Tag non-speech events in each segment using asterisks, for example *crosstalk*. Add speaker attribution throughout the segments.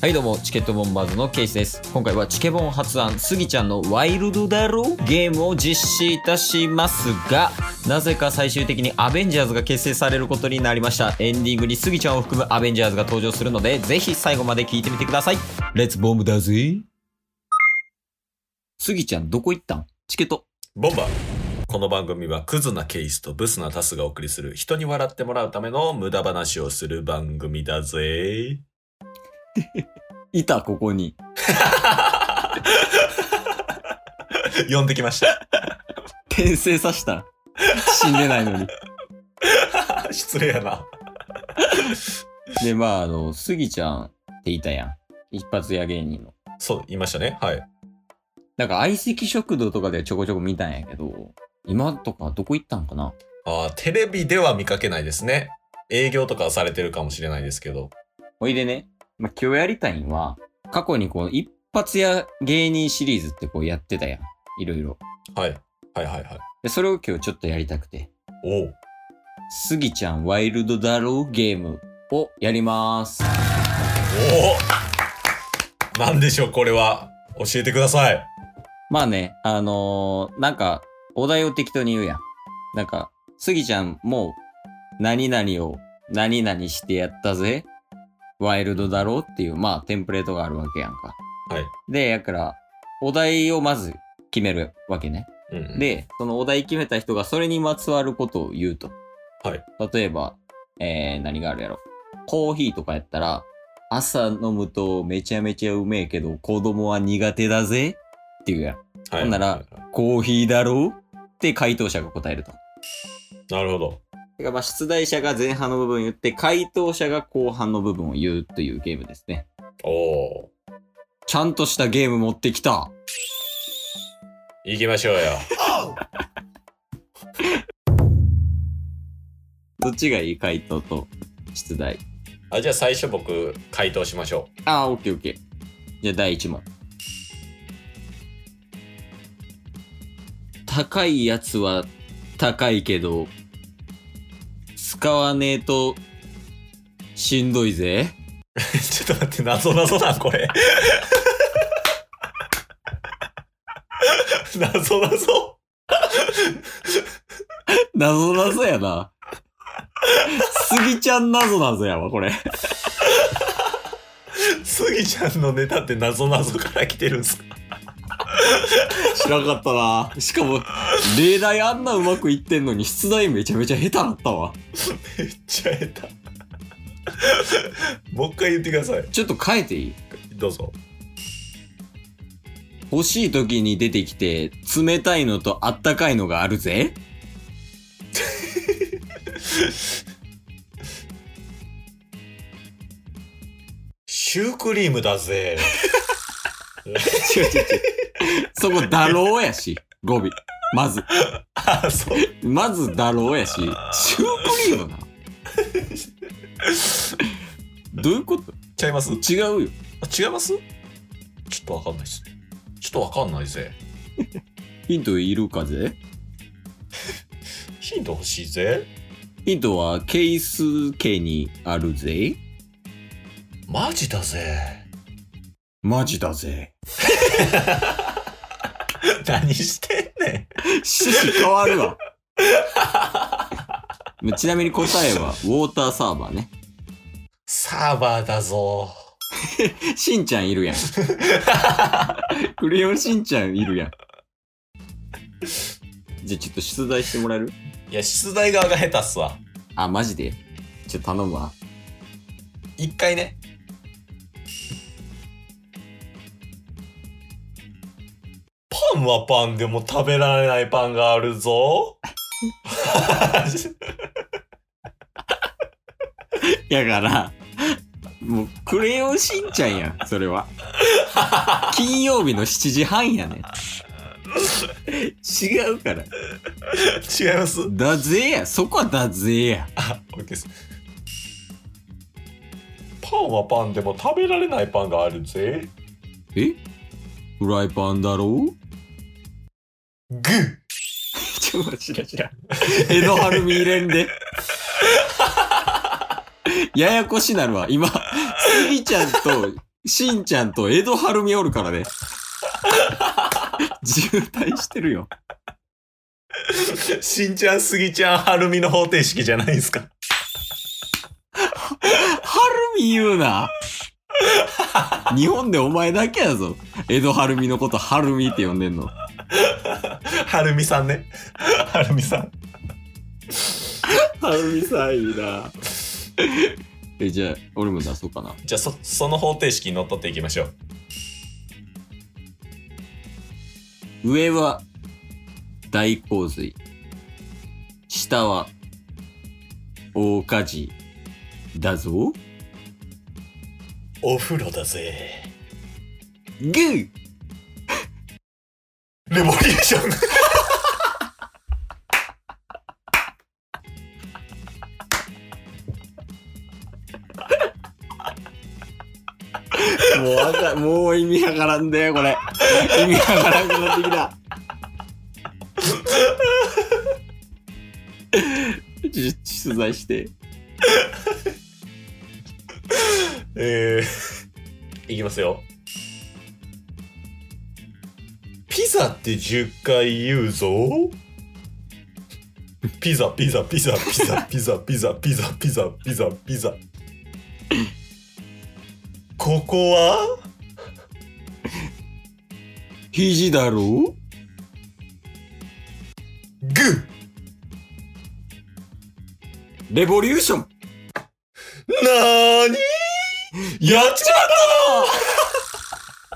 Speaker 1: はいどうもチケットボンバーズのケイスです今回はチケボン発案スギちゃんのワイルドだろゲームを実施いたしますがなぜか最終的にアベンジャーズが結成されることになりましたエンディングにスギちゃんを含むアベンジャーズが登場するのでぜひ最後まで聞いてみてくださいレッツボンブだぜスギちゃんどこ行ったんチケット
Speaker 2: ボンバーこの番組はクズなケイスとブスなタスがお送りする人に笑ってもらうための無駄話をする番組だぜ。 *laughs*
Speaker 1: いたここに
Speaker 2: 呼んできました。 *laughs*
Speaker 1: 転生さした死んでないのに
Speaker 2: 失礼やな。
Speaker 1: でまああのスギちゃんっていたやん一発屋芸人の
Speaker 2: そう、言いましたね。はい。
Speaker 1: なんか相席食堂とかでちょこちょこ見たんやけど、今とかどこ行ったんかな
Speaker 2: あーテレビでは見かけないですね。営業とかはされてるかもしれないですけど。
Speaker 1: ほいでね、まあ、今日やりたいんは、過去にこう、一発屋芸人シリーズってこうやってたやん。いろいろ。
Speaker 2: はい。はいはいはい。
Speaker 1: で、それを今日ちょっとやりたくて、
Speaker 2: おう。
Speaker 1: スギちゃんワイルドだろうゲームをやります。
Speaker 2: おおなんでしょう、これは。教えてください。
Speaker 1: まあね、あのーなんか、お題を適当に言うやん。なんか、スギちゃんもう、何々を何々してやったぜ。ワイルドだろうっていう、まあ、テンプレートがあるわけやんか。
Speaker 2: はい。
Speaker 1: で、やから、お題をまず決めるわけね。
Speaker 2: うんうん、
Speaker 1: で、そのお題決めた人がそれにまつわることを言うと。
Speaker 2: はい。
Speaker 1: 例えば、えー、何があるやろ。コーヒーとかやったら、朝飲むとめちゃめちゃうめえけど、子供は苦手だぜっていうやん。
Speaker 2: はい、
Speaker 1: ほんならコーヒーだろうって回答者が答えると。
Speaker 2: なるほど。
Speaker 1: てかまあ出題者が前半の部分を言って回答者が後半の部分を言うというゲームですね。
Speaker 2: おお
Speaker 1: ちゃんとしたゲーム持ってきた
Speaker 2: ー。行きましょうよ。
Speaker 1: どっちがいい回答と出題。
Speaker 2: あ、じゃあ最初僕、回答しましょう。
Speaker 1: ああ、オッケーオッケー。じゃあ第1問。高いやつは高いけど、使わねえとしんどいぜ。
Speaker 2: *laughs* ちょっと待って、謎謎なん、これ。 *laughs* 謎謎
Speaker 1: 謎謎やな。スギちゃん謎謎やわ、これ。
Speaker 2: スギちゃんのネタって謎謎から来てるんすか *laughs*
Speaker 1: 知らんかったな。しかも、例題あんなうまくいってんのに、出題めちゃめちゃ下手だったわ。
Speaker 2: めっちゃ下手。 *laughs* もう一回言ってください。
Speaker 1: ちょっと変えていい
Speaker 2: どうぞ。
Speaker 1: 欲しい時に出てきて、冷たいのとあったかいのがある *laughs* ぜ。
Speaker 2: シュークリームだぜ。 *laughs*
Speaker 1: 違う違う違う。そこ、だろうやし、語尾。まず。
Speaker 2: あ、そう。
Speaker 1: まずだろうやし、シュークリーム *laughs* な。どういうこと
Speaker 2: ちゃいますあ
Speaker 1: 違うよ。
Speaker 2: 違いますちょっとわかんないっすね。ちょっとわかんないぜ。
Speaker 1: ヒントいるかぜ
Speaker 2: ヒント欲しいぜ。
Speaker 1: ヒントは、ケース系にあるぜ。
Speaker 2: マジだぜ。 *laughs*
Speaker 1: マジだぜ。
Speaker 2: 何してんねん。
Speaker 1: 趣旨変わる *laughs* わ。ちなみに答えは、ウォーターサーバーね。
Speaker 2: サーバーだぞ。
Speaker 1: しんちゃんい *laughs* るやん。クレヨンしんちゃんいるやん。じゃあちょっと出題してもらえる
Speaker 2: いや、出題側が下手っすわ。
Speaker 1: あ、マジでちょっと頼むわ。
Speaker 2: 一回ね。パンはパンでも食べられないパンがあるぞ。 *laughs*
Speaker 1: やから、もう、クレヨンしんちゃんやん、それ *laughs* は。金曜日の7時半やねん。違うから。
Speaker 2: 違います
Speaker 1: だぜや、そこはだぜや。
Speaker 2: あ、OK です。パンはパンでも食べられないパンがあるぜ。
Speaker 1: えフライパンだろう
Speaker 2: グー
Speaker 1: ちょ、知ら知らん。江戸晴海入れんで。ややこしなるわ。今、スギちゃんとしんちゃんと江戸晴美おるからね。渋滞してるよ。
Speaker 2: しんちゃん、すぎちゃん、はるみの方程式じゃないですか。
Speaker 1: 晴美言うな。日本でお前だけやぞ。江戸晴美のこと晴美って呼んで *laughs* んの。
Speaker 2: はるみさんね。はるみさん。
Speaker 1: 晴美さんいいな。え、じゃあ、俺も出そうかな。
Speaker 2: じゃあ、そ、その方程式にのっとっていきましょう。
Speaker 1: 上は大洪水。下は大火事だぞ。
Speaker 2: お風呂だぜ。
Speaker 1: グー
Speaker 2: レボリューション。
Speaker 1: もうわか、もう意味わからんだよ、これ。意味わからんくなってきた。ちょちょ取材して。
Speaker 2: えー、いきますよ。ピザって10回言うぞ。ピザ、ピザ、ピザ、ピザ、ピザ、ピザ、ピザ、ピザ、ピザ、ピザ。ここは
Speaker 1: 肘だろ
Speaker 2: グー
Speaker 1: レボリューション
Speaker 2: なーにやっちまった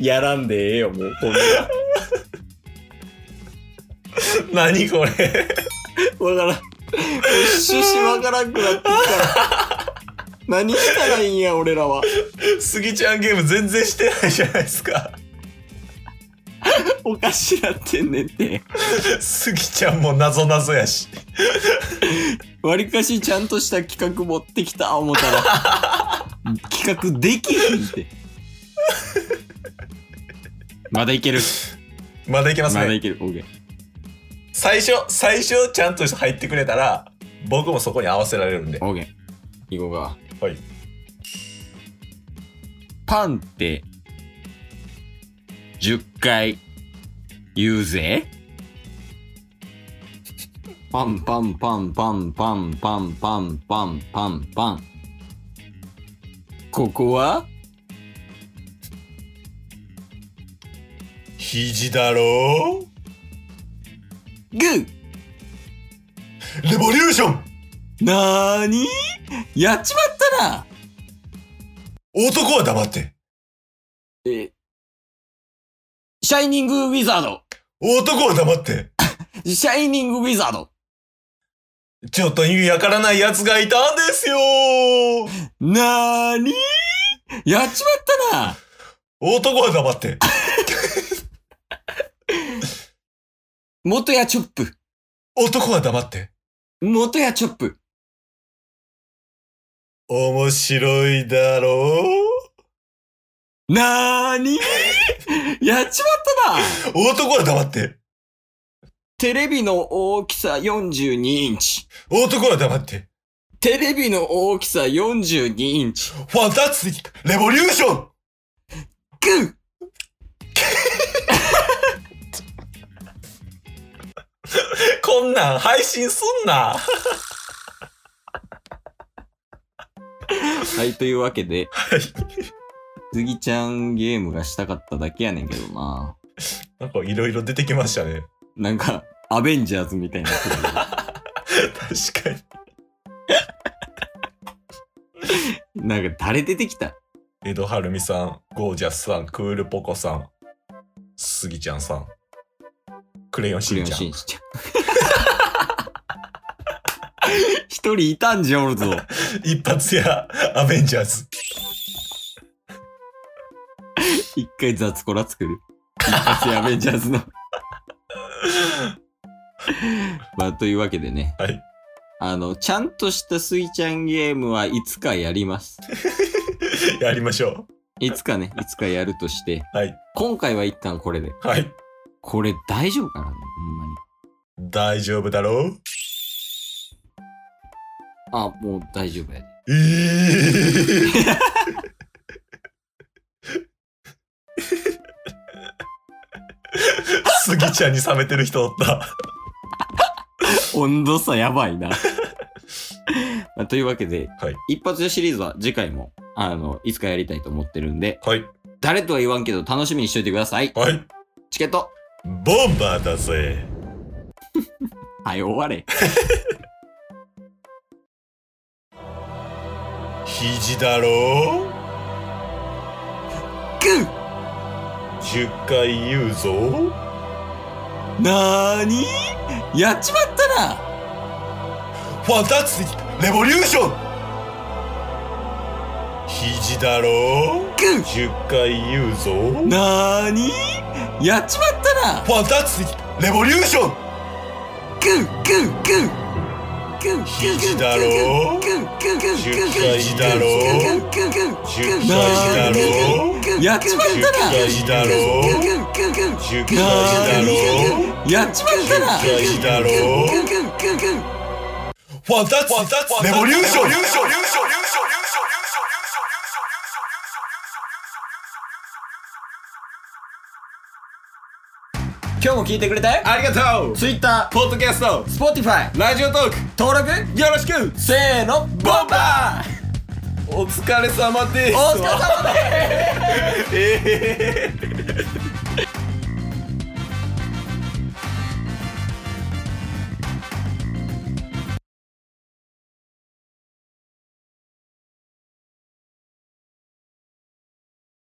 Speaker 1: やらんでええよ、もう。
Speaker 2: の何これ
Speaker 1: わからん。もう趣旨わからんくなってきた。何したらいいんや、俺らは。
Speaker 2: スギちゃんゲーム全然してないじゃないですか。
Speaker 1: おかしなってんねんて。
Speaker 2: スギちゃんも謎謎やし。
Speaker 1: わりかしちゃんとした企画持ってきた思ったら企画できへんってまだいける
Speaker 2: まだいけま
Speaker 1: ます
Speaker 2: ね。
Speaker 1: だいける OK
Speaker 2: 最初最初ちゃんと入ってくれたら僕もそこに合わせられるんで
Speaker 1: OK いこうか
Speaker 2: はい
Speaker 1: パンって10回言うぜパンパンパンパンパンパンパンパンパンパンここは
Speaker 2: 肘だろ
Speaker 1: グー
Speaker 2: レボリューション
Speaker 1: なーにやっちまったな
Speaker 2: 男は黙って
Speaker 1: え、シャイニングウィザード
Speaker 2: 男は黙って
Speaker 1: シャイニングウィザード
Speaker 2: ちょっと意味わからない奴がいたんですよ
Speaker 1: なーにやっちまったな
Speaker 2: 男は黙って
Speaker 1: 元やチョップ
Speaker 2: 男は黙って
Speaker 1: 元やチョップ
Speaker 2: 面白いだろ
Speaker 1: なーにやっちまったな
Speaker 2: 男は黙って
Speaker 1: テレビの大きさ42インチ。
Speaker 2: 男は黙って
Speaker 1: テレビの大きさ42インチ。
Speaker 2: ファンタスティックレボリューション
Speaker 1: グー
Speaker 2: こんなん配信すんな
Speaker 1: はい、というわけで、
Speaker 2: はい
Speaker 1: スギちゃんゲームがしたかっただけやねんけどな。
Speaker 2: *laughs* なんかいろいろ出てきましたね
Speaker 1: なんか、アベンジャーズみたいな。
Speaker 2: 確かに
Speaker 1: なんか誰出てきた
Speaker 2: 江戸晴美さん、ゴージャスさん、クールポコさん、スギちゃんさん、クレヨンしんちゃん。
Speaker 1: んちゃん。 *laughs* 一人いたんじゃおるぞ。
Speaker 2: 一発屋、アベンジャーズ。
Speaker 1: 一回雑コラ作る。一発やベンジャーズの。 *laughs* まあ、というわけでね。
Speaker 2: はい。 *laughs*
Speaker 1: あの、ちゃんとしたスイちゃんゲームはいつかやります。
Speaker 2: やりましょ
Speaker 1: いつかね、いつかやるとして、
Speaker 2: う。はい。
Speaker 1: 今回は一旦これで。
Speaker 2: はい。
Speaker 1: これ大丈夫かなほんまに。
Speaker 2: 大丈夫だろう
Speaker 1: あ、もう大丈夫やで。
Speaker 2: えー *laughs* スギちゃんに冷めてる人おった。
Speaker 1: 温度差やばいな。 *laughs* まあというわけで、
Speaker 2: はい
Speaker 1: 一発でシリーズは次回も、あの、いつかやりたいと思ってるんで、
Speaker 2: はい、
Speaker 1: 誰とは言わんけど楽しみにしといてください。
Speaker 2: はい。
Speaker 1: チケット
Speaker 2: ボンバーだぜ。
Speaker 1: はい、終われ。
Speaker 2: 肘だろ
Speaker 1: グ
Speaker 2: 10回言うぞ。
Speaker 1: ーなーにやっちまったな
Speaker 2: ファンタスティックレボリューション肘だろ
Speaker 1: グ
Speaker 2: 10回言うぞ
Speaker 1: ーなーにやっちまったな
Speaker 2: ファンタスティックレボリューション
Speaker 1: グーグーグーグーグーグーグー
Speaker 2: 肘だろ
Speaker 1: グーグーグーグー
Speaker 2: 肘だろ
Speaker 1: グーグーグーグーグー
Speaker 2: 10回だろ
Speaker 1: やっちまったな
Speaker 2: 10回だろ10回だろ
Speaker 1: やっちまったな
Speaker 2: 10回だろファンタスティックレボリューション
Speaker 1: 今日も聞いてくれたよ
Speaker 2: ありがとう
Speaker 1: Twitter、
Speaker 2: ポッドキャスト
Speaker 1: Spotify、
Speaker 2: ラジオトーク
Speaker 1: 登録
Speaker 2: よろしく
Speaker 1: せーの、ボンバー
Speaker 2: お疲れ様です
Speaker 1: お疲れ様です
Speaker 2: えー